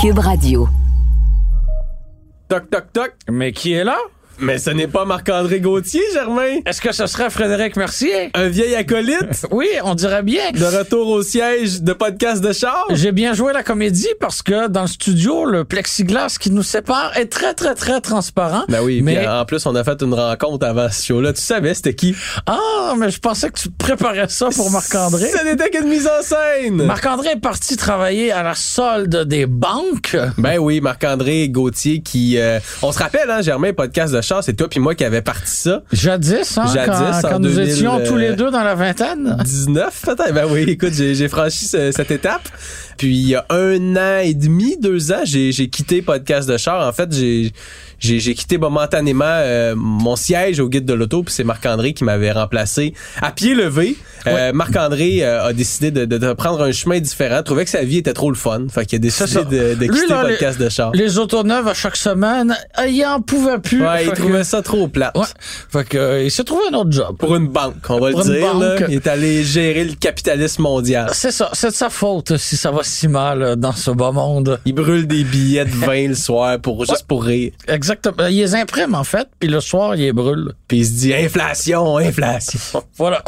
Cube Radio. Toc, toc, toc. Mais qui est là? Mais ce n'est pas Marc-André Gauthier, Germain. Est-ce que ce serait Frédéric Mercier? Un vieil acolyte Oui, on dirait bien. de retour au siège de podcast de charge. J'ai bien joué la comédie parce que dans le studio, le plexiglas qui nous sépare est très, très, très transparent. Ben oui, mais... mais en plus, on a fait une rencontre avant ce show-là. Tu savais c'était qui? Ah, mais je pensais que tu préparais ça pour Marc-André. Ce n'était qu'une mise en scène. Marc-André est parti travailler à la solde des banques. ben oui, Marc-André Gauthier qui... euh, on se rappelle, hein, Germain, podcast de charge, c'est toi puis moi qui avait parti ça. Jadis, hein, Jadis, quand, en quand nous 2000, étions tous euh, les deux dans la vingtaine. 19 peut-être. Ben oui, écoute, j'ai j'ai franchi ce- cette étape. Puis il y a un an et demi, deux ans, j'ai j'ai quitté Podcast de Char. En fait, j'ai j'ai j'ai quitté momentanément euh, mon siège au guide de l'auto. Puis c'est Marc-André qui m'avait remplacé à pied levé. Euh, Marc-André euh, a décidé de, de- de prendre un chemin différent. Trouvait que sa vie était trop le fun. Fait qu'il a C'est ça. décidé de, de Lui, quitter là, Podcast de Char. Les autos neuves à chaque semaine, euh, il en pouvait plus. Ouais, il Fait que- trouvait ça trop plate. Ouais. Fait que, euh, il s'est trouvé un autre job. Pour une banque, on va Pour le une dire. là. banque. Il est allé gérer le capitalisme mondial. C'est ça, c'est de sa faute si ça va si mal euh, dans ce bas monde. Il brûle des billets de vin le soir pour juste pour rire. Exactement. Il les imprime, en fait, puis le soir, il les brûle. Puis il se dit inflation, inflation. Voilà.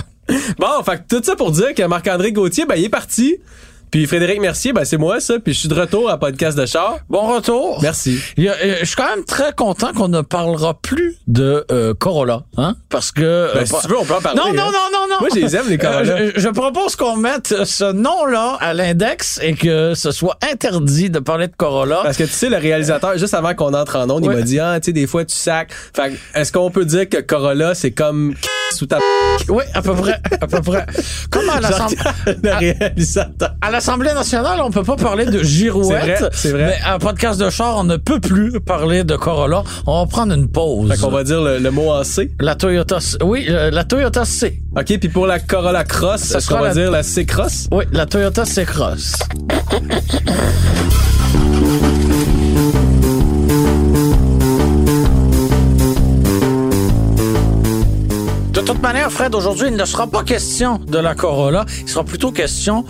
bon, fait que tout ça pour dire que Marc-André Gauthier, ben il est parti. Puis Frédéric Mercier, ben c'est moi ça. Puis je suis de retour à podcast de char. Bon retour. Merci. Il y a- euh, Je suis quand même très content qu'on ne parlera plus de euh, Corolla, hein, parce que... euh, Ben, si pas- tu veux, on peut en parler. non, hein. non, non, non, non. Moi, je les aime, les Corolla. Euh, je, je propose qu'on mette ce nom-là à l'index et que ce soit interdit de parler de Corolla. Parce que tu sais, le réalisateur, juste avant qu'on entre en onde, Ouais. il m'a dit Ah, tu sais, des fois tu sacs. Fait que, est-ce qu'on peut dire que Corolla, c'est comme sous ta p- Oui, à peu près, à peu près. Comme à l'Assemblée... le réalisateur. À l'Assemblée nationale, on peut pas parler de girouette. C'est vrai, c'est vrai. Mais à podcast de char, on ne peut plus parler de Corolla. On va prendre une pause. Fait qu'on va dire le, le mot en C. La Toyota, C- oui, euh, la Toyota C. OK, puis pour la Corolla Cross, est-ce sera qu'on va la- dire la C-Cross? Oui, la Toyota C-Cross. De toute manière, Fred, aujourd'hui, il ne sera pas question de la Corolla. Il sera plutôt question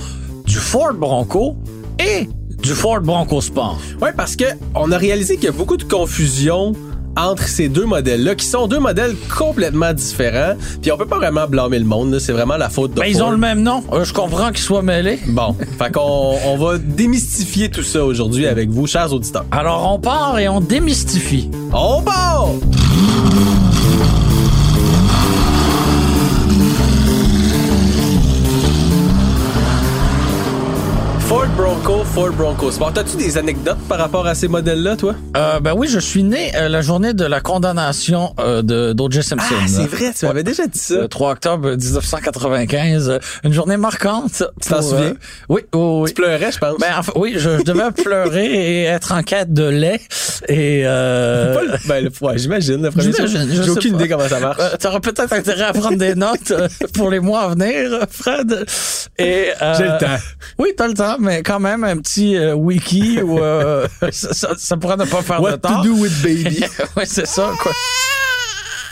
du Ford Bronco et du Ford Bronco Sport. Oui, parce que on a réalisé qu'il y a beaucoup de confusion entre ces deux modèles-là, qui sont deux modèles complètement différents. Puis on peut pas vraiment blâmer le monde, là. c'est vraiment la faute de Ben, ils Ford. ont le même nom. Euh, je comprends qu'ils soient mêlés. Bon, fait qu'on on va démystifier tout ça aujourd'hui avec vous, chers auditeurs. Alors, on part et on démystifie. On part! Ford Bronco, Ford Bronco Sport. T'as-tu des anecdotes par rapport à ces modèles-là, toi? Euh, ben oui, je suis né euh, la journée de la condamnation euh, de d'O.J. Simpson. Ah, vrai, tu m'avais déjà dit ça. Le 3 octobre 1995, euh, une journnée marquante. Tu t'en pour, souviens? euh, oui, oui, Tu oui. pleurais, je pense. Ben, enfin, oui, je, je devais pleurer et être en quête de lait. Et euh, Pas le- ben, le- ouais, j'imagine, le premier J'imagine, jour. je J'ai sais aucune pas. idée comment ça marche. euh, T'auras peut-être intérêt à prendre des notes euh, pour les mois à venir, euh, Fred. Et euh, J'ai le temps. Oui, t'as le temps, mais quand même un petit euh, wiki ou euh, ça, ça, ça pourrait ne pas faire de What tort. to do with baby. oui, c'est ça, quoi.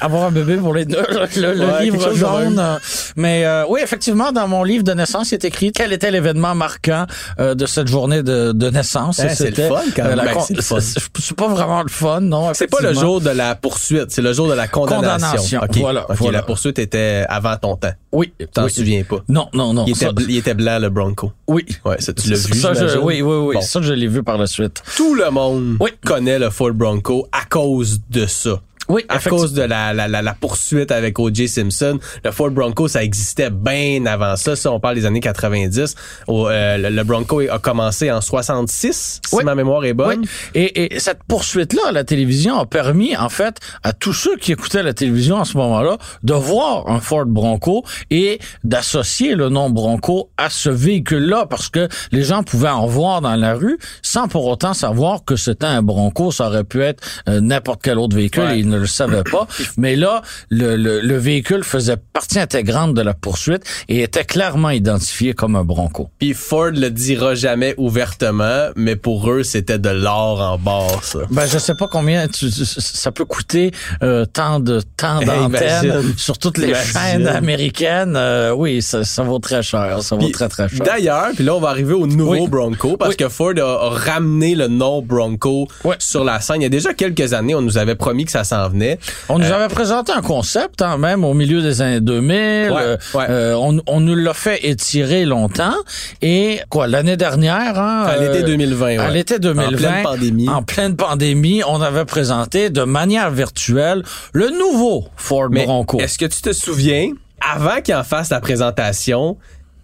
Avoir un bébé pour les deux, le, le Ouais, quelque livre chose de jaune. même. euh, Mais euh, oui, effectivement, dans mon livre de naissance, il est écrit quel était l'événement marquant euh, de cette journée de, de naissance. Hein, Et c'est le c'était, fun, quand euh, même. la Ben, con- c'est le fun. c'est- c'est pas vraiment le fun, non. c'est pas le effectivement. jour de la poursuite, c'est le jour de la condamnation. Condamnation, Ok, voilà, ok, voilà. La poursuite était avant ton temps. Oui. Tu t'en oui. souviens pas. Non, non, non. Il était, ça- bl- il était blanc, le Bronco. oui. Ouais, ça, tu l'as vu. Ça, je- j'imagine. oui, oui, oui. Bon. Ça, je l'ai vu par la suite. Tout le monde Oui. connaît le Ford Bronco à cause de ça. Oui, à effectivement. cause de la, la, la, la poursuite avec O.J. Simpson. Le Ford Bronco, ça existait bien avant ça. Ça, on parle des années 90. Au, euh, le, le Bronco a commencé en 66, si Oui. ma mémoire est bonne. Oui. Et, et cette poursuite-là à la télévision a permis, en fait, à tous ceux qui écoutaient la télévision à ce moment-là de voir un Ford Bronco et d'associer le nom Bronco à ce véhicule-là parce que les gens pouvaient en voir dans la rue sans pour autant savoir que c'était un Bronco. Ça aurait pu être euh, n'importe quel autre véhicule Ouais. et ils ne le savaient pas. Mais là, le, le- le véhicule faisait partie intégrante de la poursuite et était clairement identifié comme un Bronco. Puis Ford le dira jamais ouvertement, mais pour eux, c'était de l'or en barre, ça. Ben, je sais pas combien tu- tu- ça peut coûter euh, tant de temps Hey, d'antenne Eh, imagine. sur toutes les Imagine. chaînes américaines. Euh, oui, ça, ça vaut très cher. Ça vaut Puis, très, très cher. D'ailleurs, puis là, on va arriver au nouveau Oui. Bronco parce Oui. que Ford a, a ramené le nom Bronco Ouais. sur la scène. Il y a déjà quelques années, on nous avait promis que ça s'en venait. On Euh. nous avait présenté un concept, hein, même au milieu des années 2000. Euh, ouais. euh, on, on nous l'a fait étirer longtemps. Et quoi, l'année dernière... Hein, À l'été 2020, ouais. À l'été 2020. En pleine pandémie. En pleine pandémie, on avait présenté de manière virtuelle le nouveau Ford Mais Bronco. est-ce que tu te souviens, avant qu'il en fasse la présentation,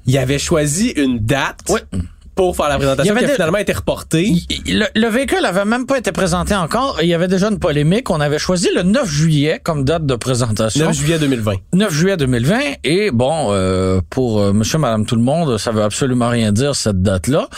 il avait choisi une date Oui. pour faire la présentation Il y qui avait a des- finalement été reportée. Il- il- Le, le véhicule avait même pas été présenté encore. Il y avait déjà une polémique. On avait choisi le 9 juillet comme date de présentation. 9 juillet 2020. 9 juillet 2020. Et bon, euh, pour euh, monsieur, madame, tout le monde, ça veut absolument rien dire, cette date-là.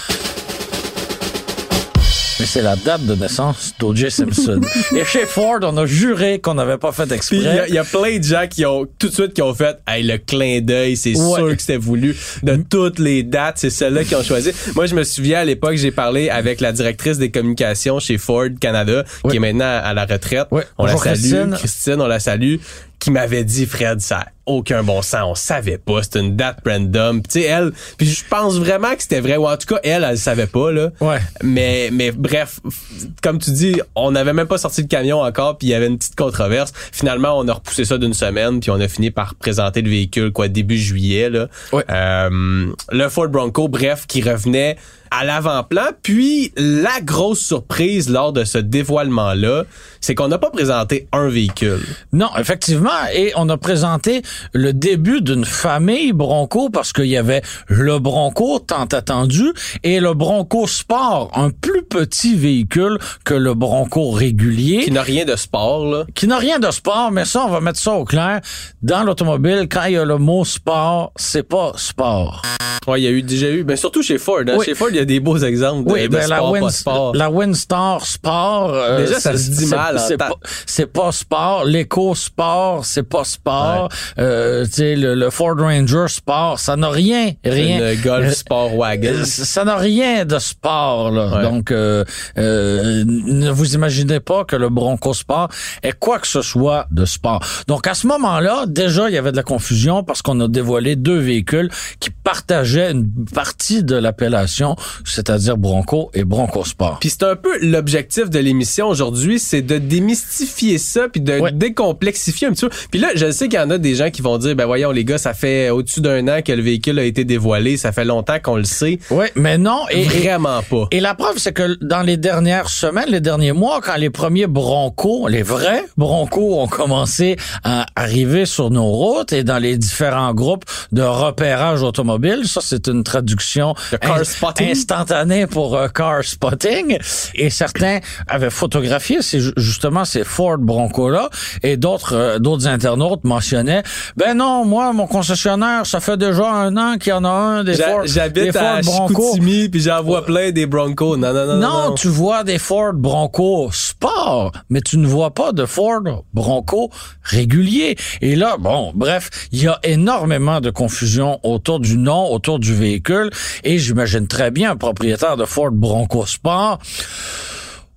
Mais c'est la date de naissance d'O.J. Simpson. et chez Ford, on a juré qu'on n'avait pas fait Puis il y, exprès. a- il y a plein de gens qui ont tout de suite qui ont fait hey, le clin d'œil, c'est Ouais. sûr que c'était voulu. De toutes les dates, c'est celle-là qu'ils ont choisi. Moi, je me souviens à l'époque, j'ai parlé avec la directrice des communications chez Ford Canada, Ouais. qui est maintenant à la retraite. Ouais. On la Bonjour, salue, Christine. Christine. on la salue, qui m'avait dit Fred, ça a aucun bon sens, on savait pas, c'est une date random. Puis, tu sais, elle, puis je pense vraiment que c'était vrai, ou en tout cas, elle, elle le savait pas là. Ouais. Mais, mais bref, f- comme tu dis, on n'avait même pas sorti le camion encore, puis il y avait une petite controverse. Finalement, on a repoussé ça d'une semaine, puis on a fini par présenter le véhicule quoi début juillet. Là. Ouais. Euh, le Ford Bronco, bref, qui revenait à l'avant-plan. Puis la grosse surprise lors de ce dévoilement-là, c'est qu'on n'a pas présenté un véhicule. Non, effectivement. Et on a présenté le début d'une famille Bronco parce qu'il y avait le Bronco tant attendu et le Bronco Sport, un plus petit véhicule que le Bronco régulier Qui n'a rien de sport, là. qui n'a rien de sport, mais ça, on va mettre ça au clair. Dans l'automobile, quand il y a le mot sport, c'est pas sport. Ouais, il y a eu déjà eu. Mais surtout chez Ford. hein. Oui. Chez Ford, il y a des beaux exemples de, de ben, sport, la, pas Win- sport. la Winstar Sport. euh, Déjà, ça c'est- se dit c'est- mal hein, en C'est tête. pas, c'est pas sport. L'Eco Sport, c'est pas sport. Euh, tu sais, le, le Ford Ranger Sport, ça n'a rien, rien. Une Golf Sport Wagon. Euh, Ça n'a rien de sport, là. Ouais. Donc, euh, euh, ne vous imaginez pas que le Bronco Sport est quoi que ce soit de sport. Donc, à ce moment-là, déjà, il y avait de la confusion parce qu'on a dévoilé deux véhicules qui partageaient une partie de l'appellation, c'est-à-dire Bronco et Bronco Sport. Puis c'est un peu l'objectif de l'émission aujourd'hui, c'est de démystifier ça puis de Ouais. décomplexifier un petit peu. Puis là, je sais qu'il y en a des gens qui vont dire ben voyons les gars, ça fait au-dessus d'un an que le véhicule a été dévoilé, ça fait longtemps qu'on le sait. Oui, mais non. Et, et- Vraiment pas. Et la preuve, c'est que dans les dernières semaines, les derniers mois, quand les premiers broncos, les vrais broncos ont commencé à arriver sur nos routes et dans les différents groupes de repérage automobile, ça c'est une traduction Le car in- spotting. instantanée pour euh, car spotting. Et certains avaient photographié ces, ju- justement ces Ford Bronco-là et d'autres euh, d'autres internautes mentionnaient, ben non, moi, mon concessionnaire, ça fait déjà un an qu'il y en a un des J'a- Ford, des J'habite Ford à Bronco. Chicoutimi puis j'en vois plein des Broncos. Non non non non. Non, tu vois des Ford Bronco Sport, mais tu ne vois pas de Ford Bronco régulier. Et là, bon, bref, il y a énormément de confusion autour du nom, autour du véhicule, et j'imagine très bien un propriétaire de Ford Bronco Sport.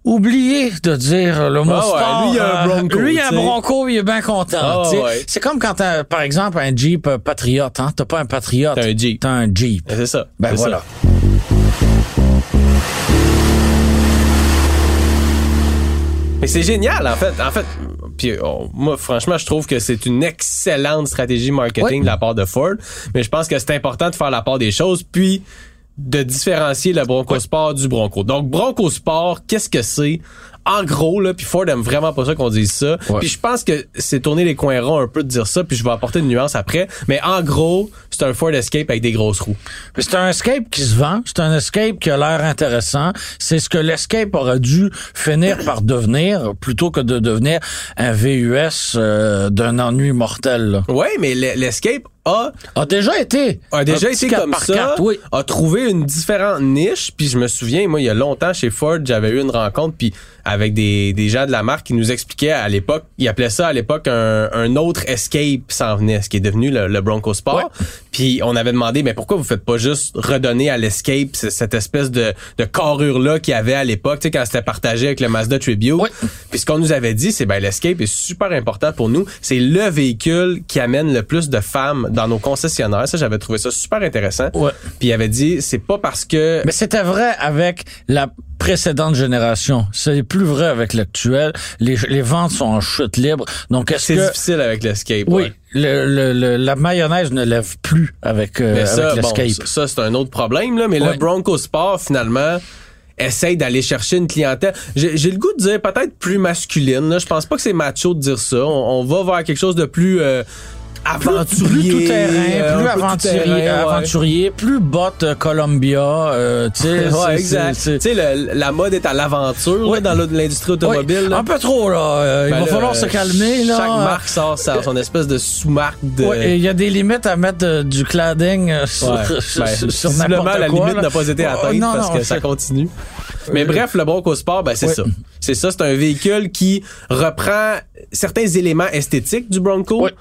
oublier de dire le mot Ah ouais, sport. lui, il y a un euh, Bronco, lui, il y a un tu sais. Bronco, il est bien content. Ah tu sais. ouais. C'est comme quand, t'as, par exemple, un Jeep euh, Patriot. Hein? T'as pas un Patriot, T'as un Jeep. t'as un Jeep. C'est ça. Ben c'est ça. voilà. Mais c'est génial, en fait. En fait, puis on- moi, franchement, je trouve que c'est une excellente stratégie marketing Ouais. de la part de Ford. Mais je pense que c'est important de faire la part des choses. Puis de différencier le Bronco Sport du Bronco. Donc Bronco Sport, qu'est-ce que c'est En gros là, puis Ford aime vraiment pas ça qu'on dise ça. Ouais. Puis je pense que c'est tourner les coins ronds un peu de dire ça, puis je vais apporter une nuance après, mais en gros, c'est un Ford Escape avec des grosses roues. Mais C'est un escape qui se vend, c'est un escape qui a l'air intéressant. C'est ce que l'escape aurait dû finir par devenir plutôt que de devenir un VUS euh, d'un ennui mortel. là. Ouais, mais le- l'Escape a A déjà été. a déjà un petit été quatre comme par ça, quatre, oui. a trouvé une différente niche. Puis je me souviens, moi, il y a longtemps chez Ford, j'avais eu une rencontre puis avec des, des gens de la marque qui nous expliquaient à l'époque, ils appelaient ça à l'époque un, un autre Escape s'en venait, ce qui est devenu le, le Bronco Sport. Puis on avait demandé, mais pourquoi vous faites pas juste redonner à l'Escape c- cette espèce de, de carrure-là qu'il y avait à l'époque, tu sais, quand c'était partagé avec le Mazda Tribute. Ouais. Puis ce qu'on nous avait dit, c'est ben l'escape est super important pour nous. C'est le véhicule qui amène le plus de femmes dans nos concessionnaires. Ça, j'avais trouvé ça super intéressant. Ouais. Puis il avait dit, c'est pas parce que Mais c'était vrai avec la précédente génération. C'est plus vrai avec l'actuel. Les, les ventes sont en chute libre. Donc, est-ce c'est que... difficile avec l'escape. Oui, ouais. le- le- le- la mayonnaise ne lève plus avec, euh, Mais ça, avec bon, l'escape. ça, ça, c'est un autre problème là. Mais Ouais. le Bronco Sport finalement essaye d'aller chercher une clientèle. J'ai j'ai le goût de dire peut-être plus masculine. Là. Je pense pas que c'est macho de dire ça. On, on va vers quelque chose de plus euh, aventurier, plus tout terrain, euh, plus un peu tout aventurier, terrain, ouais. aventurier, plus bot euh, Columbia, euh, tu sais, c'est- ouais, exact. c'est- Tu c'est- sais, le- la mode est à l'aventure Ouais. là, dans l'autre- l'industrie automobile. Ouais, là. un peu trop là, euh, il Ben va là, falloir se calmer là. Chaque marque sort sa- son espèce de sous-marque de. Ouais, et il y a des limites à mettre euh, du cladding euh, sur, Ouais. sur, Ben, sur visiblement, n'importe quoi. la limite là. n'a pas été Oh, atteinte non, parce non, que ça c'est- Euh, continue. Mais bref, le Bronco Sport, ben, c'est Ouais. ça. C'est ça, c'est un véhicule qui reprend certains éléments esthétiques du Bronco. Ouais.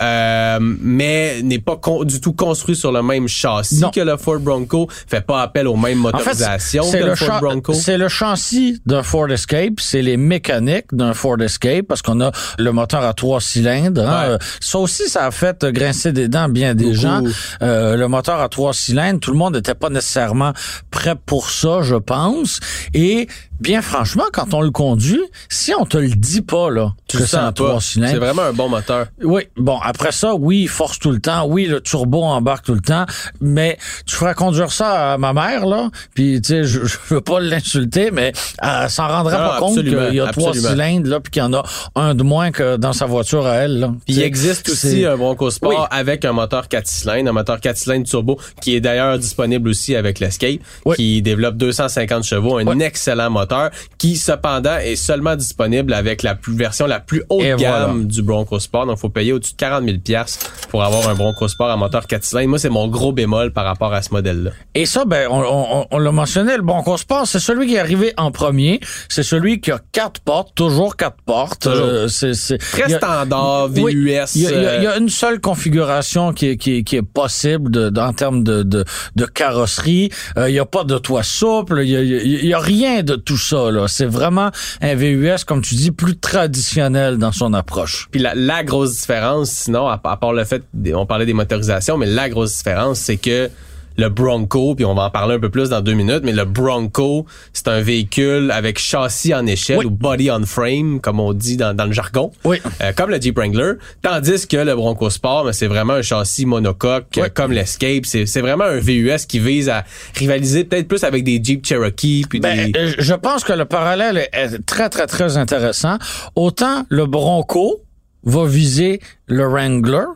euh, mais n'est pas con- du tout construit sur le même châssis Non. que le Ford Bronco, fait pas appel aux mêmes En fait, c'est motorisations que le, Ford cha- Bronco. c'est le châssis d'un Ford Escape, c'est les mécaniques d'un Ford Escape parce qu'on a le moteur à trois cylindres. hein. Ouais. Euh, Ça aussi, ça a fait grincer des dents bien des Beaucoup. gens. Euh, le moteur à trois cylindres, tout le monde n'était pas nécessairement prêt pour ça, je pense. Et bien franchement, quand on le conduit, si on te le dit pas là, Tu que le c'est sens pas. un trois C'est cylindres, vraiment un bon moteur. oui, bon, après ça, oui, il force tout le temps. Oui, le turbo embarque tout le temps. Mais tu feras conduire ça à ma mère, là. Puis, tu sais, je, je veux pas l'insulter, mais elle s'en rendra Ah, pas compte qu'il y absolument, a trois absolument. cylindres, là, puis qu'il y en a un de moins que dans sa voiture à elle, là. Puis Tu il sais, existe aussi euh, c'est- un Bronco Sport Oui. avec un moteur 4 cylindres, un moteur 4 cylindres turbo qui est d'ailleurs disponible aussi avec l'Escape Oui. qui développe 250 chevaux, un Oui. excellent moteur qui cependant est seulement disponible avec la plus, version la plus haute Et gamme voilà. du Bronco Sport. Donc faut payer au-dessus de 40 000 piastres pour avoir un Bronco Sport à moteur 4 cylindres. Moi c'est mon gros bémol par rapport à ce modèle-là. Et ça, ben, on, on- on- on l'a mentionné, le bon qu'on se passe, c'est celui qui est arrivé en premier. C'est celui qui a quatre portes, toujours quatre portes. euh, Toujours. c'est, c'est- Très il y a- standard, VUS. Oui, Il y, a, il y a- euh, il y a une seule configuration qui est, qui est, qui est possible de- de- en termes de, de, de carrosserie. Euh, il n'y a pas de toit souple. Il y a, il y a- il y a rien de tout ça. là. C'est vraiment un VUS, comme tu dis, plus traditionnel dans son approche. Puis la, la grosse différence, sinon, à, à part le fait, des- on parlait des motorisations, mais la grosse différence, c'est que le Bronco, puis on va en parler un peu plus dans deux minutes, mais le Bronco, c'est un véhicule avec châssis en échelle Oui. ou body on frame, comme on dit dans, dans le jargon. Oui. Euh, comme le Jeep Wrangler. Tandis que le Bronco Sport, ben, c'est vraiment un châssis monocoque, Oui. euh, comme l'Escape. C'est c'est vraiment un VUS qui vise à rivaliser peut-être plus avec des Jeep Cherokee, puis Ben, des... euh, je pense que le parallèle est- est très, très, très intéressant. Autant le Bronco va viser le Wrangler,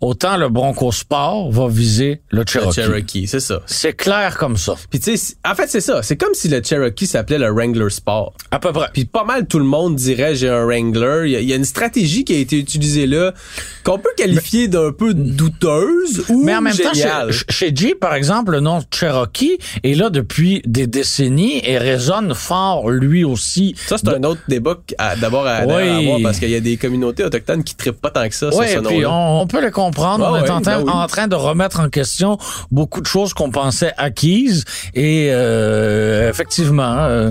autant le Bronco Sport va viser le le Cherokee. Cherokee, c'est ça. C'est clair comme ça, Puis tu sais, si- en fait c'est ça, c'est comme si le Cherokee s'appelait le Wrangler Sport. à peu près. Puis pas mal tout le monde dirait j'ai un Wrangler. Il y a- il y, a une stratégie qui a été utilisée là qu'on peut qualifier d'un peu douteuse ou Mais en même géniale. temps, chez, chez Jeep, par exemple, le nom Cherokee est là depuis des décennies et résonne fort lui aussi. ça, c'est un autre débat qu- à- d'abord à, d'ailleurs à Oui. avoir parce qu'il y a des communautés autochtones qui trippent pas tant que ça Oui, sur ce puis nom-là. on, on peut le comprendre. Ah on est ouais, en, train, ben oui. en train de remettre en question beaucoup de choses qu'on pensait acquises. Et euh, effectivement, euh, euh,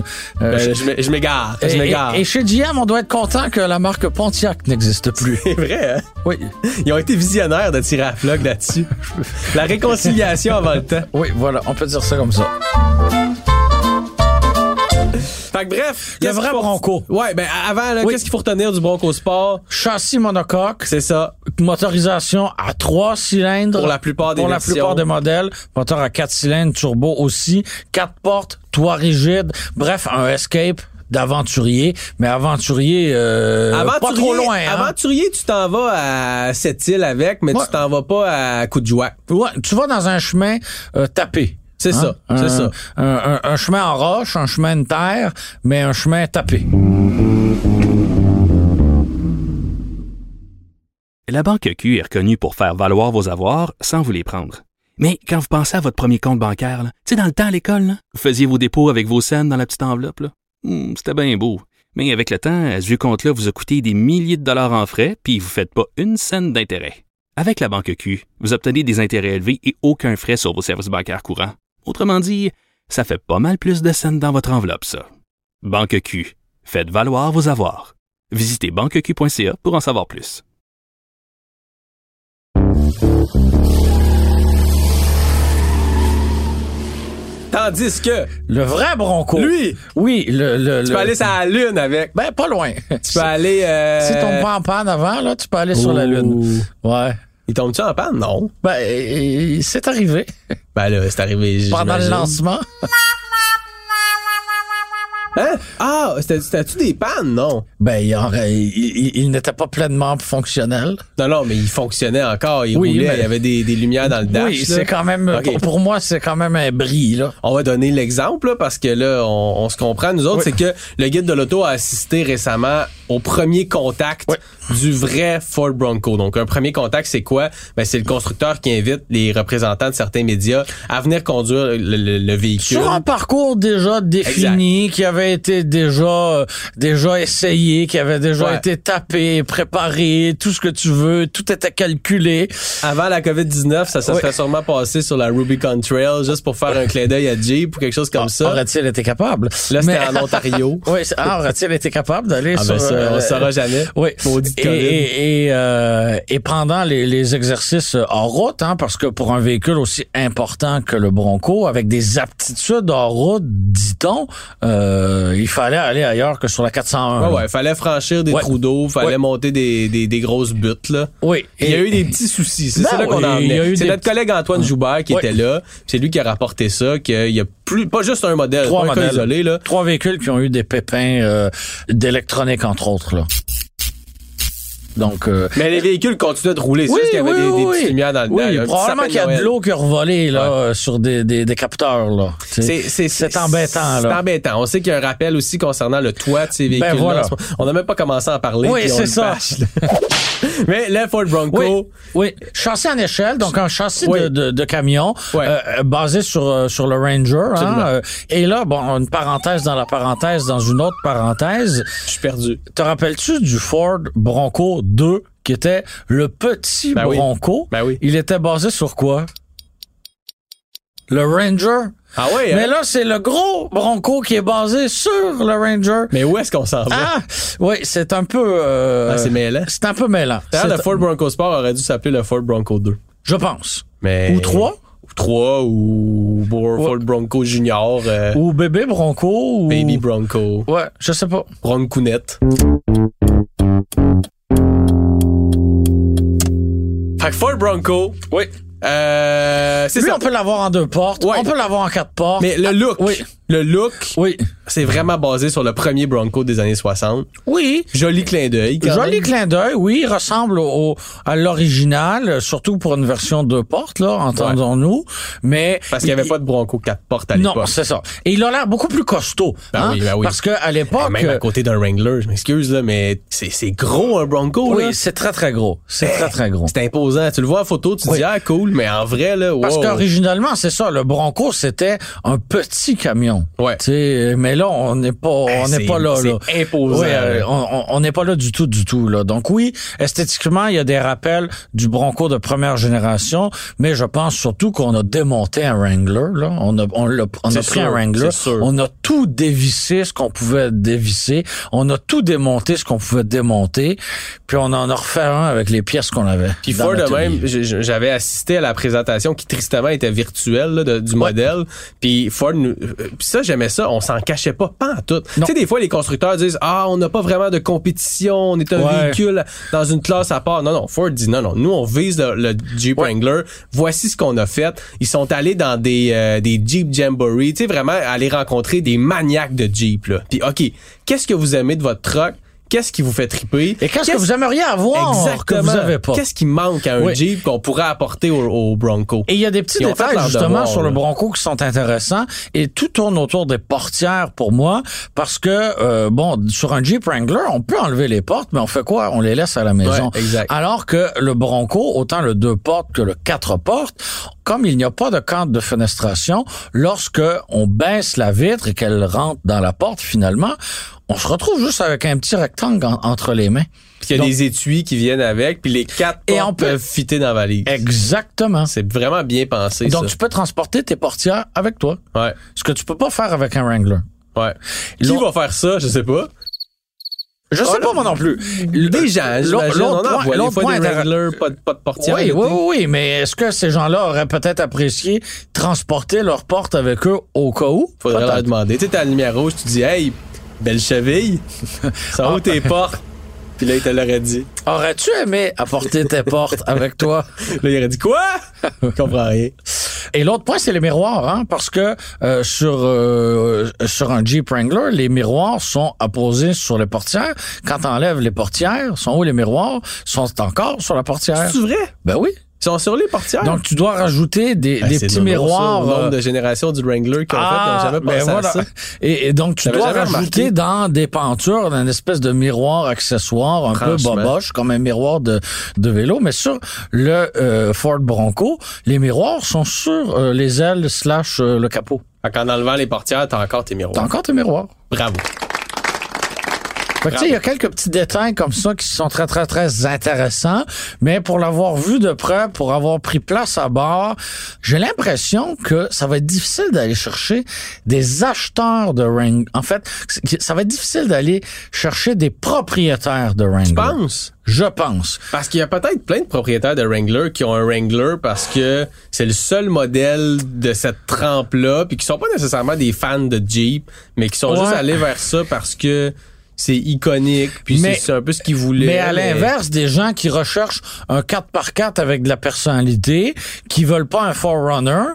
Ben, je m'é- je m'égare, et, je m'égare. et- et chez GM, on doit être content que la marque Pontiac n'existe plus. C'est vrai, hein? Oui, Ils ont été visionnaires de tirer à floc là-dessus. La réconciliation avant le temps. oui, voilà, on peut dire ça comme ça. Fait que bref. Le qu'est-ce vrai qu'il faut- Bronco. Ouais, ben avant, là, Oui. qu'est-ce qu'il faut retenir du Bronco Sport? Châssis monocoque, C'est ça. motorisation à trois cylindres. Pour la plupart des Pour la versions. plupart des modèles. Moteur à quatre cylindres, turbo aussi. Quatre portes, toit rigide. Bref, un escape d'aventurier. Mais aventurier, euh, pas trop loin. hein. Aventurier, tu t'en vas à cette île avec, mais Ouais. tu t'en vas pas à Coup de Joie. Ouais, tu vas dans un chemin euh, tapé. C'est ça, c'est Un- ça. Un, un- un chemin en roche, un chemin de terre, mais un chemin tapé. La Banque Q est reconnue pour faire valoir vos avoirs sans vous les prendre. Mais quand vous pensez à votre premier compte bancaire, là, tu sais, dans le temps à l'école, là, vous faisiez vos dépôts avec vos scènes dans la petite enveloppe. là. Hum, C'était bien beau. Mais avec le temps, à ce vieux compte-là vous a coûté des milliers de dollars en frais, puis vous ne faites pas une scène d'intérêt. Avec la Banque Q, vous obtenez des intérêts élevés et aucun frais sur vos services bancaires courants. Autrement dit, ça fait pas mal plus de scènes dans votre enveloppe, ça. Banque Q. Faites valoir vos avoirs. Visitez banqueq.ca pour en savoir plus. Tandis que Le vrai Bronco. lui, Oui, le. le- tu Oh. le- peux aller sur la lune avec. Ben, pas loin. Tu peux aller. euh, Oh. Si tu tombes pas en panne avant, là, tu peux aller sur la Lune. Ouh. Ouais. Il tombe-tu en panne? Non. Ben, et- et c'est arrivé Ben là, c'est arrivé. pendant le j'imagine. lancement. Hein? Ah, c'était- c'était-tu des pannes? Non. Ben, il, en- il- il- il n'était pas pleinement fonctionnel. Non, non, mais il fonctionnait encore. Il Oui, roulait. mais- Il y avait des, des lumières dans le dash. oui, là. c'est quand même. Ok. Pour, pour moi, c'est quand même un bris, là. On va donner l'exemple là, parce que là, on, on se comprend. Nous autres, Oui. c'est que le guide de l'auto a assisté récemment au premier contact Oui. du vrai Ford Bronco. Donc, un premier contact, c'est quoi Ben, c'est le constructeur qui invite les représentants de certains médias à venir conduire le, le- le véhicule. Sur un parcours déjà défini, qui avait été déjà euh, déjà essayé, qui avait déjà Ouais. été tapé, préparé, tout ce que tu veux, tout était calculé. Avant la Covid 19, ça se Oui. serait sûrement passé sur la Rubicon Trail juste pour faire un clin d'œil à Jeep ou quelque chose comme ça. Là, Aurait-il été capable c'était Mais- en Ontario. Oui, c'est- ah, aurait-il été capable d'aller Ah sur ben ça, on euh, le saura jamais. Oui. Maudite Et, COVID. et, et, euh, et pendant les, les exercices hors route, hein, parce que pour un véhicule aussi important que le Bronco, avec des aptitudes hors route, dit-on, euh, il fallait aller ailleurs que sur la 401. Ouais, ouais, fallait franchir des Ouais. trous d'eau, fallait Ouais. monter des, des, des grosses buttes là. Oui. Il y a Et- eu des petits soucis. C'est Ben ça là qu'on oui, en il y a venait. eu C'est des notre collègue Antoine Joubert qui Oui. était là. C'est lui qui a rapporté ça, qu'il y a plus, pas juste un modèle, trois pas un cas modèles. isolé, là. Trois véhicules qui ont eu des pépins euh, d'électronique, entre autres. Là. Donc, euh, Mais les véhicules continuaient de rouler. C'est juste qu'il y avait des, des petites lumières dans le Oui, dedans, là, un petit probablement sapin qu'il y a Noël. de l'eau qui a revolé là, euh, sur des, des, des capteurs. Là, Tu sais, C'est, c'est, c'est embêtant. C'est Là. Ben embêtant. On sait qu'il y a un rappel aussi concernant le toit de ces véhicules. voilà. On n'a même pas commencé à en parler. Oui, puis on c'est le ça. bâche, là. Mais le Ford Bronco, Oui, oui, châssis en échelle, donc un châssis Oui. de, de, de camion Ouais. euh, euh, basé sur euh, sur le Ranger. hein, Absolument. euh, et là, bon, une parenthèse dans la parenthèse, dans une autre parenthèse, je suis perdu. te rappelles-tu du Ford Bronco 2 qui était le petit Ben oui. Bronco Ben oui. Il était basé sur quoi? Le Ranger. Ah ouais, Mais hein? là, c'est le gros Bronco qui est basé sur le Ranger. Mais où est-ce qu'on s'en va? Ah! Oui, c'est un peu... euh, Ah, c'est mêlant. c'est un peu mêlant. D'ailleurs, le C'est- Ford Bronco Sport aurait dû s'appeler le Ford Bronco 2. Je pense. Mais... Ou trois. Ou trois, ou Bo- Ford Bronco Junior, euh, Ou bébé Bronco. Ou... Baby Bronco, Ouais, je sais pas. Broncounette. Fait que Ford Bronco, Oui. euh, c'est Lui, ça. on peut l'avoir en deux portes. Ouais. On peut l'avoir en quatre portes. Mais le look, Oui. le look, Oui. c'est vraiment basé sur le premier Bronco des années 60. Oui. Joli clin d'œil. quand Joli même. clin d'œil, oui, il ressemble au, au- à l'original, euh, surtout pour une version deux portes, là, entendons-nous. Mais Parce qu'il n'y avait pas de Bronco quatre portes à non, l'époque. c'est ça. Et il a l'air beaucoup plus costaud, Ben hein, oui, ben oui. parce que à l'époque, Même à côté d'un Wrangler, je m'excuse, là, mais c'est c'est gros un Bronco. là. oui, c'est très très gros, c'est Eh, très très gros. C'est imposant. Tu le vois en photo, tu te Oui. dis, ah, cool, mais en vrai, là, wow. Parce qu'originalement, c'est ça, le Bronco, c'était un petit camion. Ouais. Ben, Tu sais, mais là, on n'est pas, on n'est c'est- pas là. là. c'est imposant, Ouais, euh, là. on- on on n'est pas là du tout, du tout. Là. Donc oui, esthétiquement, il y a des rappels du Bronco de première génération, mais je pense surtout qu'on a démonté un Wrangler. Là. On a, on l'a- on a C'est pris sûr, un Wrangler, c'est sûr. on a tout dévissé ce qu'on pouvait dévisser, on a tout démonté ce qu'on pouvait démonter, puis on en a refait un avec les pièces qu'on avait. Puis dans Ford, de l'atelier. même, je- je- j'avais assisté à la présentation qui tristement était virtuelle là, de- du modèle. Puis Ford, nous- euh, puis ça, j'aimais ça. On s'en cachait pas, pas en tout. Tu Non. sais, des fois, les constructeurs disent Ah, on n'a pas vraiment de compétition, on est un Ouais. véhicule dans une classe à part. Non, non, Ford dit non, non. Nous, on vise le, le Jeep Wrangler. Voici ce qu'on a fait. Ils sont allés dans des, euh, des Jeep Jamboree. Tu sais, vraiment, aller rencontrer des maniaques de Jeep, là. Puis, OK, qu'est-ce que vous aimez de votre truck? Qu'est-ce qui vous fait triper? Et qu'est-ce que vous aimeriez avoir Exactement. que vous n'avez pas? Qu'est-ce qui manque à un Oui. Jeep qu'on pourrait apporter au, au Bronco? Et il y a des petits Ils ont fait détails leur justement devoir, sur là. le Bronco qui sont intéressants et tout tourne autour des portières pour moi parce que euh, bon sur un Jeep Wrangler on peut enlever les portes mais on fait quoi On les laisse à la maison. Ouais, exact. Alors que le Bronco autant le deux portes que le quatre portes comme il n'y a pas de cadre de fenestration lorsque on baisse la vitre et qu'elle rentre dans la porte finalement on se retrouve juste avec un petit rectangle en- entre les mains. Puis il y a Donc- des étuis qui viennent avec, puis les quatre Et portes on peut- peuvent fitter dans la valise. Exactement. C'est vraiment bien pensé, Donc ça. tu peux transporter tes portières avec toi. Ouais, Ce que tu peux pas faire avec un Wrangler. ouais. Ils qui ont- va faire ça? Je sais pas. Je sais Oh là- pas moi non plus. euh, Des gens, j'imagine. On en voit des fois des inter- Wrangler, pas, de- pas de portière. oui, et oui, tout. oui, oui, mais est-ce que ces gens-là auraient peut-être apprécié transporter leur porte avec eux au cas où? Faudrait Peut-être. leur demander. Tu sais, t'as la lumière rouge, tu dis « Hey, belle cheville, ça où Ah. tes portes? » Puis là, il te l'aurait dit. Aurais-tu aimé apporter tes portes avec toi? Là, il aurait dit « Quoi? » Je comprends rien. Et l'autre point, c'est les miroirs, hein, parce que euh, sur euh, sur un Jeep Wrangler, les miroirs sont apposés sur les portières. Quand t'enlèves les portières, sont où les miroirs? Sont encore sur la portière. C'est vrai? Ben oui. Ils sont sur les portières? Donc tu dois rajouter des, Ben, des c'est petits nouveau, ça, miroirs. au euh, nombre de générations du Wrangler qui ont fait, qui n'ont jamais ben pensé voilà. à ça. Et, et donc, tu J'avais dois jamais rajouter remarqué. dans des pentures un espèce de miroir accessoire, un peu Franchement. boboche, comme un miroir de, de vélo. Mais sur le euh, Ford Bronco, les miroirs sont sur euh, les ailes slash euh, le capot. Fait qu'en enlevant les portières, t'as encore tes T'as miroirs. encore tes miroirs. Bravo. Fait que, tu sais, il y a quelques petits détails comme ça qui sont très, très, très intéressants. Mais pour l'avoir vu de près, pour avoir pris place à bord, j'ai l'impression que ça va être difficile d'aller chercher des acheteurs de Wrangler. En fait, c'est- ça va être difficile d'aller chercher des propriétaires de Wrangler. Je pense. Je pense. Parce qu'il y a peut-être plein de propriétaires de Wrangler qui ont un Wrangler parce que c'est le seul modèle de cette trempe-là, puis qui sont pas nécessairement des fans de Jeep, mais qui sont Ouais. juste allés vers ça parce que c'est iconique, puis c'est Mais- c'est un peu ce qu'ils voulaient. Mais à l'inverse, des gens qui recherchent un 4x4 avec de la personnalité, qui veulent pas un 4Runner,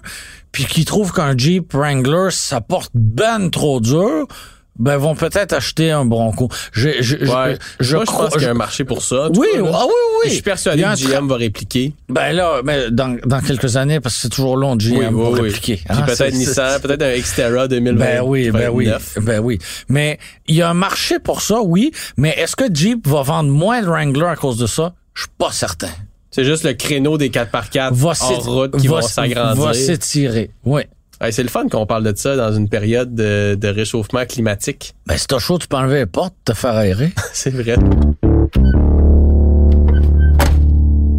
puis qui trouvent qu'un Jeep Wrangler, ça porte ben trop dur, ben vont peut-être acheter un Bronco. Je, je, je- Ouais. je Moi, je crois- pense qu'il y a je- un marché pour ça. en tout Oui, cas, là. ah oui, oui. Je suis persuadé Il y a un que GM va répliquer. Ben là, mais dans, dans quelques années, parce que c'est toujours long de GM pour répliquer. Puis hein, c'est- peut-être c'est- Nissan, peut-être un Xterra 2020. Ben oui, ben oui, 2029. ben oui. Mais il y a un marché pour ça, oui. Mais est-ce que Jeep va vendre moins de Wrangler à cause de ça? Je suis pas certain. C'est juste le créneau des 4x4 va en s'éti- route qui va vont s- s'agrandir. va s'étirer. Oui. Hey, c'est le fun qu'on parle de ça dans une période de, de réchauffement climatique. Ben, si t'as chaud, tu peux enlever les portes, te faire aérer. C'est vrai.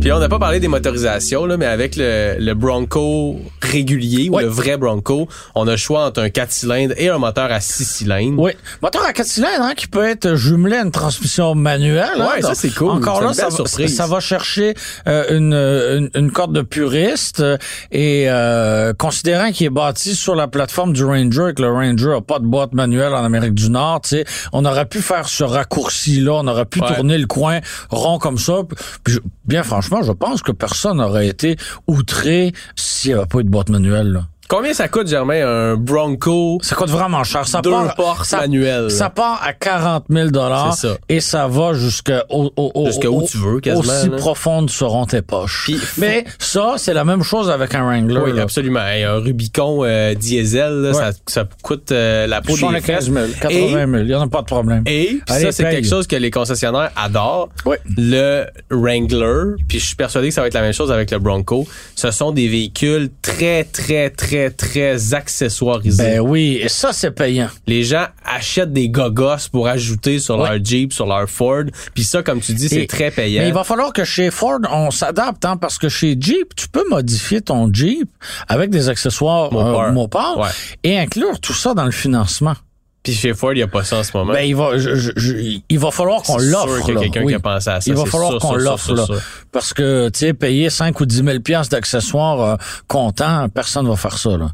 Puis on n'a pas parlé des motorisations, là, mais avec le, le Bronco régulier ou Oui. le vrai Bronco, on a le choix entre un 4 cylindres et un moteur à 6 cylindres. oui. Moteur à 4 cylindres, hein, qui peut être jumelé à une transmission manuelle. hein. Ouais, ça, Donc, c'est cool. Encore C'est là, une belle ça va, surprise. ça va chercher euh, une, euh, une, une corde de puriste euh, et euh, considérant qu'il est bâti sur la plateforme du Ranger et que le Ranger a pas de boîte manuelle en Amérique du Nord, tu sais, on aurait pu faire ce raccourci-là, on aurait pu Ouais. tourner le coin rond comme ça. Puis, je- bien franchement, je pense que personne n'aurait été outré s'il n'y avait pas eu de boîte manuelle. Là. Combien ça coûte, Germain, un Bronco Ça coûte vraiment cher. Ça deux part, portes ça, manuel? ça part à 40 000 dollars C'est ça. et ça va jusqu'à au, au- au- Jusqu'à où au- tu veux, quasiment, Aussi là. profondes seront tes poches. Puis- Mais ça, c'est la même chose avec un Wrangler. Oui, là. absolument. Hey, un Rubicon euh, diesel, là, Ouais. ça, ça coûte euh, la peau Ils sont des les 15 fesses. 000, 80 000, il n'y en a pas de problème. Et puis Allez, ça, c'est paye. quelque chose que les concessionnaires adorent. Oui. Le Wrangler, puis je suis persuadé que ça va être la même chose avec le Bronco. Ce sont des véhicules très, très, très, très accessoirisés. Ben oui, et ça, c'est payant. les gens achètent des gogos pour ajouter sur Ouais. leur Jeep, sur leur Ford. Puis ça, comme tu dis, c'est Et- très payant. Mais il va falloir que chez Ford, on s'adapte, hein, parce que chez Jeep, tu peux modifier ton Jeep avec des accessoires Mopar. euh, Mopar Ouais. et inclure tout ça dans le financement. Puis chez Ford, il n'y a pas ça en ce moment. Ben, il va, je- je- je- il va falloir qu'on C'est sûr l'offre. qu'il y a là. quelqu'un qui Oui. a pensé à ça, Il va c'est falloir sûr, qu'on sûr, sûr, l'offre. sûr, là. sûr. Parce que, tu sais, payer 5 ou 10 000 piastres d'accessoires euh, comptant, personne va faire ça. Là.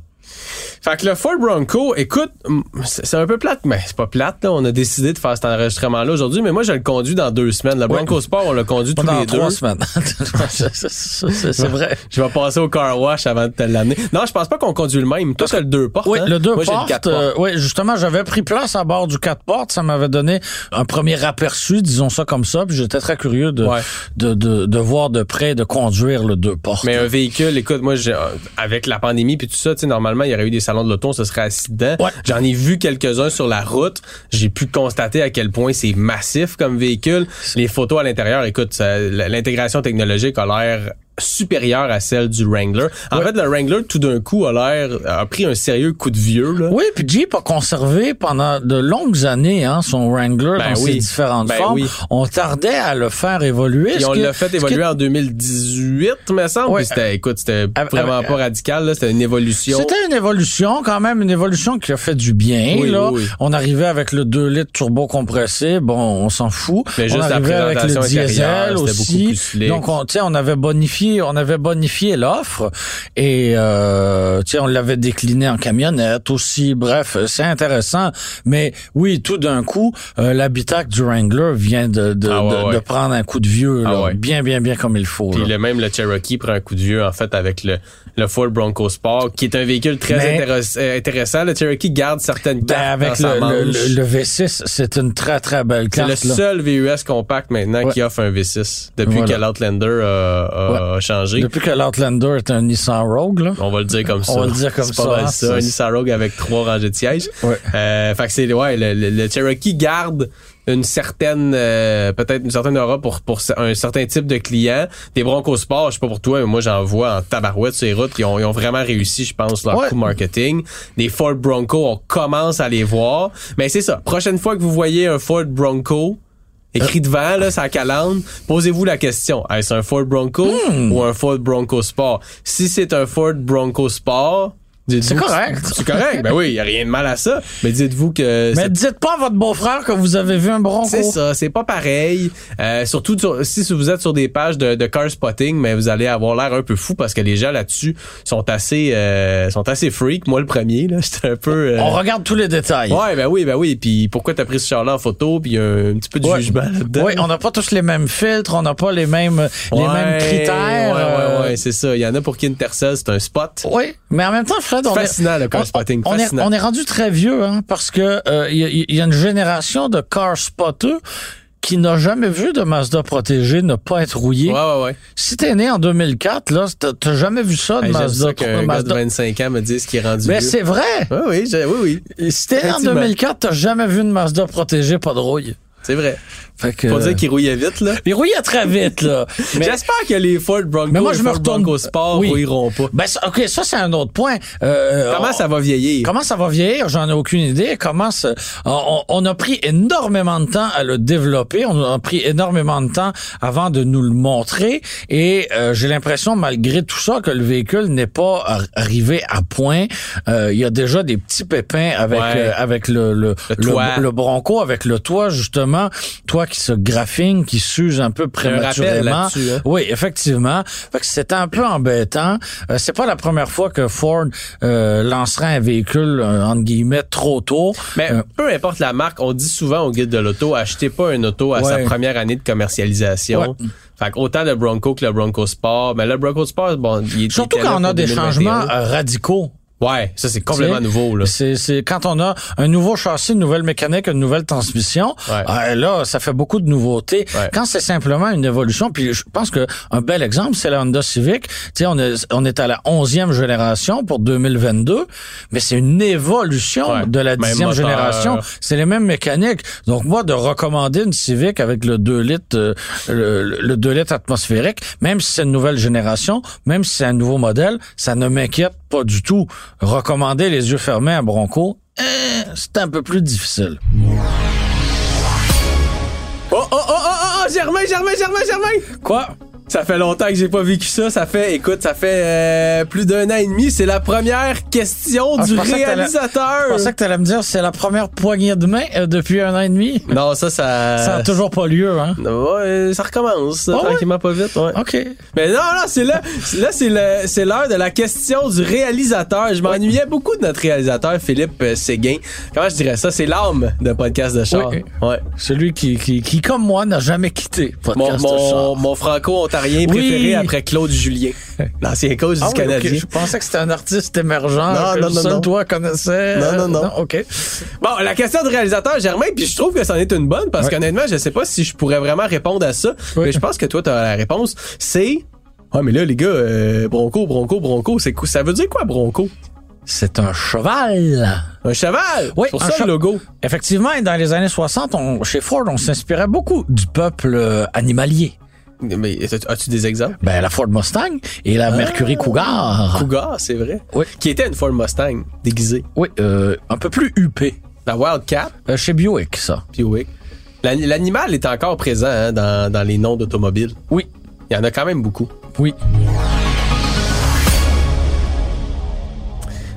Fait que le Ford Bronco, écoute, hum, c'est c'est un peu plate, mais c'est pas plate. Là. On a décidé de faire cet enregistrement-là aujourd'hui, mais moi, je le conduis dans deux semaines. Le Bronco Sport, on l'a conduit tous Pendant les deux. trois semaines. C'est- c'est- c'est c'est vrai. Je vais passer au car wash avant de te l'amener. Non, je pense pas qu'on conduit le même. Toi, t'as le deux portes. Oui, hein? le deux Moi, j'ai portes. quatre portes. euh, oui, justement, j'avais pris place à bord du quatre portes. Ça m'avait donné un premier aperçu, disons ça comme ça. Puis j'étais très curieux de, Ouais. de, de, de voir de près, de conduire le deux portes. Mais un véhicule, écoute, moi, j'ai- euh, avec la pandémie puis tout ça, tu sais, normalement, il y aurait eu des salons de l'auto, on se serait assis dedans. Ouais. J'en ai vu quelques-uns sur la route. J'ai pu constater à quel point c'est massif comme véhicule. Les photos à l'intérieur, écoute, ça- l'intégration technologique a l'air supérieure à celle du Wrangler. En fait, le Wrangler, tout d'un coup, a l'air, a pris un sérieux coup de vieux, là. Oui, puis Jeep a conservé pendant de longues années hein, son Wrangler Ben dans oui. ses différentes Ben formes. oui. On tardait à le faire évoluer. Puis ce on qui- l'a fait ce qui- évoluer en 2018, me semble. Ouais. Puis c'était, écoute, c'était Avec- vraiment pas radical, là. C'était une évolution. C'était une évolution, quand même, une évolution qui a fait du bien. Oui, là. oui, oui. On arrivait avec le 2 litres turbo compressé, bon, on s'en fout. Mais juste on la arrivait avec le présentation intérieure, diesel c'était aussi. beaucoup plus slick. Donc, on, tu sais, on avait bonifié, on avait bonifié l'offre et euh, tu sais, on l'avait décliné en camionnette aussi. Bref, c'est intéressant. Mais oui, tout d'un coup, euh, l'habitacle du Wrangler vient de, de, Ah ouais, de, ouais. de prendre un coup de vieux, Ah là. ouais. bien, bien, bien comme il faut. Puis là. le même, le Cherokee prend un coup de vieux, en fait, avec le, le Ford Bronco Sport, qui est un véhicule très Mais- intéress- euh, intéressant. Le Cherokee garde certaines Ben, cartes avec dans sa le, le- manche. le- le V6, c'est une très, très belle C'est carte. le là. seul VUS compact maintenant Ouais. qui offre un V6 depuis Voilà. que l'Outlander a, a changé. Depuis que l'Outlander est un Nissan Rogue, là. On va le dire comme ça. On va le dire comme C'est pas ça, mal hein, ça. ça. Un Nissan Rogue avec trois rangées de sièges. Ouais. Euh, fait que c'est ouais, le, le- le Cherokee garde une certaine euh, peut-être une certaine aura pour pour un certain type de client. Des Broncos Sport, je sais pas pour toi, mais moi j'en vois en tabarouette sur les routes, ils ont, ils ont vraiment réussi, je pense, leur Ouais. coup marketing. Des Ford Bronco, on commence à les voir, mais c'est ça. Prochaine fois que vous voyez un Ford Bronco Euh. écrit devant là, ça calandre, posez-vous la question, est-ce un Ford Bronco Hmm. ou un Ford Bronco Sport Si c'est un Ford Bronco Sport, dites-vous que- correct. C'est correct. Ben oui, il y a rien de mal à ça, mais dites-vous que Mais dites pas à votre beau-frère que vous avez vu un Bronco. c'est ça, c'est pas pareil. Euh, surtout sur- si vous êtes sur des pages de, de car spotting, mais vous allez avoir l'air un peu fou parce que les gens là-dessus sont assez euh, sont assez freaks. Moi le premier là, j'étais un peu. euh, On regarde tous les détails. Ouais, ben oui, ben oui. Puis pourquoi t'as pris ce char-là en photo Puis il y a un petit peu de Ouais. jugement là-dedans. Oui, on n'a pas tous les mêmes filtres, on n'a pas les mêmes, les Ouais, mêmes critères. Ouais, ouais, euh, ouais, c'est ça. Il y en a pour qui Intercell, c'est un spot. Oui, mais en même temps, Fred, on fascinant, est, le car on- spotting, On, est, fascinant. on est rendu très vieux, hein, parce que il y, a- y a une génération de car spotters qui n'a jamais vu de Mazda protégée ne pas être rouillée. Ouais, ouais, ouais. Si t'es né en 2004, là, t'as- t'as jamais vu ça de Hey, J'aime Mazda. ça qu'un gars de Mazda. 25 ans me dise qu'il est rendu Mais vieux. c'est vrai. Oui, Ah oui, j'ai- oui, oui. Si t'es né en Effectivement. 2004, t'as jamais vu une Mazda protégée, pas de rouille. C'est vrai. Fait que. Faut dire qu'il rouillait vite, là. Il rouillait très vite, là. Euh. Mais- J'espère que les Ford Bronco Mais et moi, je me Ford retourne- Bronco Sport Oui. rouilleront pas. Ben, ça- OK, ça, c'est un autre point. Euh, Comment on- ça va vieillir? Comment ça va vieillir? J'en ai aucune idée. Comment ça- on, on a pris énormément de temps à le développer. On a pris énormément de temps avant de nous le montrer. Et euh, j'ai l'impression, malgré tout ça, que le véhicule n'est pas ar- arrivé à point. Euh, Il y a déjà des petits pépins avec Ouais. euh, avec le le, Le toit. le bronco, avec le toit justement, toit qui se graffine, qui s'use un peu rappel prématurément. là-dessus, hein. Oui, effectivement. Fait que c'était un peu embêtant. Euh, c'est pas la première fois que Ford euh, lancerait un véhicule euh, entre guillemets trop tôt. Mais Euh, peu importe la marque, on dit souvent au guide de l'auto, achetez pas un auto à sa Ouais. première année de commercialisation. Ouais. Fait autant le Bronco que le Bronco Sport. Mais le Bronco Sport, bon, il est surtout il était là quand on a pour des 2021. changements euh, radicaux. Ouais, ça c'est complètement Tu sais, nouveau, là. C'est, c'est quand on a un nouveau châssis, une nouvelle mécanique, une nouvelle transmission. Ouais. euh, là, ça fait beaucoup de nouveautés. Ouais. Quand c'est simplement une évolution, puis je pense que un bel exemple, c'est la Honda Civic. Tu sais, on est, on est à la 11e génération pour 2022, mais c'est une évolution Ouais. de la Même 10e moteur. génération. C'est les mêmes mécaniques. Donc moi, de recommander une Civic avec le 2 litres, euh, le, le 2 litres atmosphérique, même si c'est une nouvelle génération, même si c'est un nouveau modèle, ça ne m'inquiète pas du tout. Recommander les yeux fermés à Bronco, euh, c'est un peu plus difficile. Oh, oh, oh, oh, oh, oh, Germain, Germain, Germain, Germain! Quoi? Ça fait longtemps que j'ai pas vécu ça. Ça fait, écoute, ça fait euh, plus d'un an et demi. C'est la première question Ah, je du pensais que t'allais- réalisateur. Je pensais que t'allais me dire c'est la première poignée de main euh, depuis un an et demi. Non, ça, ça. Ça a toujours pas lieu, hein? Ouais, ça recommence Ah ouais? tranquillement pas vite. Ouais. OK. Mais non, non, c'est là, c'est- là c'est le- c'est l'heure de la question du réalisateur. Je m'ennuyais beaucoup de notre réalisateur Philippe euh, Séguin. Comment je dirais ça C'est l'âme de podcast de char. Oui. Ouais. Celui qui, qui, qui, comme moi, n'a jamais quitté Mon, Podcast mon, Char. mon franco-ontarien Oui. préféré après Claude Julien, l'ancien coach Ah du oui, Canadien. ok, Je pensais que c'était un artiste émergent Non, que non, non, seul non. toi connaissais. Non, euh, non, non. OK. Bon, la question du réalisateur Germain, puis je trouve que c'en est une bonne parce Ouais. qu'honnêtement, je sais pas si je pourrais vraiment répondre à ça, Oui. mais je pense que toi t'as la réponse. C'est ah mais là les gars, euh, Bronco, Bronco, Bronco, c'est quoi ça veut dire quoi Bronco C'est un cheval. Un cheval. Oui, C'est pour un ça le che- logo. Effectivement, et dans les années 60, on- chez Ford, on s'inspirait beaucoup du peuple euh, animalier. Mais as-tu des exemples Ben, la Ford Mustang et la Mercury Cougar. Ah. Cougar, c'est vrai. Oui. Qui était une Ford Mustang déguisée. Oui, euh, un peu plus huppé. La Wildcat, Euh, chez Buick, ça. Buick. L'an- L'animal est encore présent hein, dans, dans les noms d'automobiles. Oui, Il y en a quand même beaucoup. oui.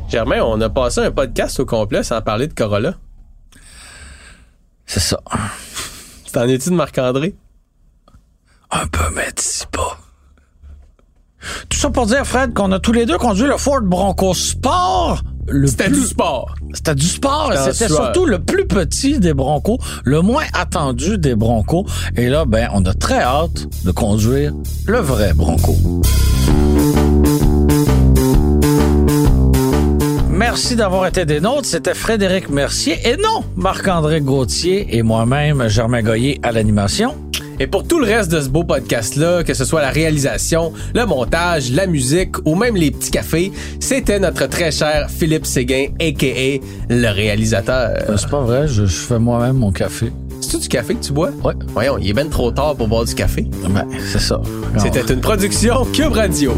Germain, on a passé un podcast au complet sans parler de Corolla. C'est ça. T'en es-tu de Marc-André? Un peu, mais dis pas. Tout ça pour dire, Fred, qu'on a tous les deux conduit le Ford Bronco Sport. Le C'était plus- du sport. C'était du sport. et C'était en C'était sueur. surtout le plus petit des Broncos, le moins attendu des Broncos. Et là, ben, on a très hâte de conduire le vrai Bronco. Merci d'avoir été des nôtres. C'était Frédéric Mercier et non Marc-André Gauthier et moi-même, Germain Goyer, à l'animation. Et pour tout le reste de ce beau podcast-là, que ce soit la réalisation, le montage, la musique ou même les petits cafés, c'était notre très cher Philippe Séguin, a.k.a. le réalisateur. Euh, C'est pas vrai, je, je fais moi-même mon café. C'est-tu du café que tu bois? Ouais. Voyons, il est ben trop tard pour boire du café. Ben, c'est ça. C'était une production Cube Radio.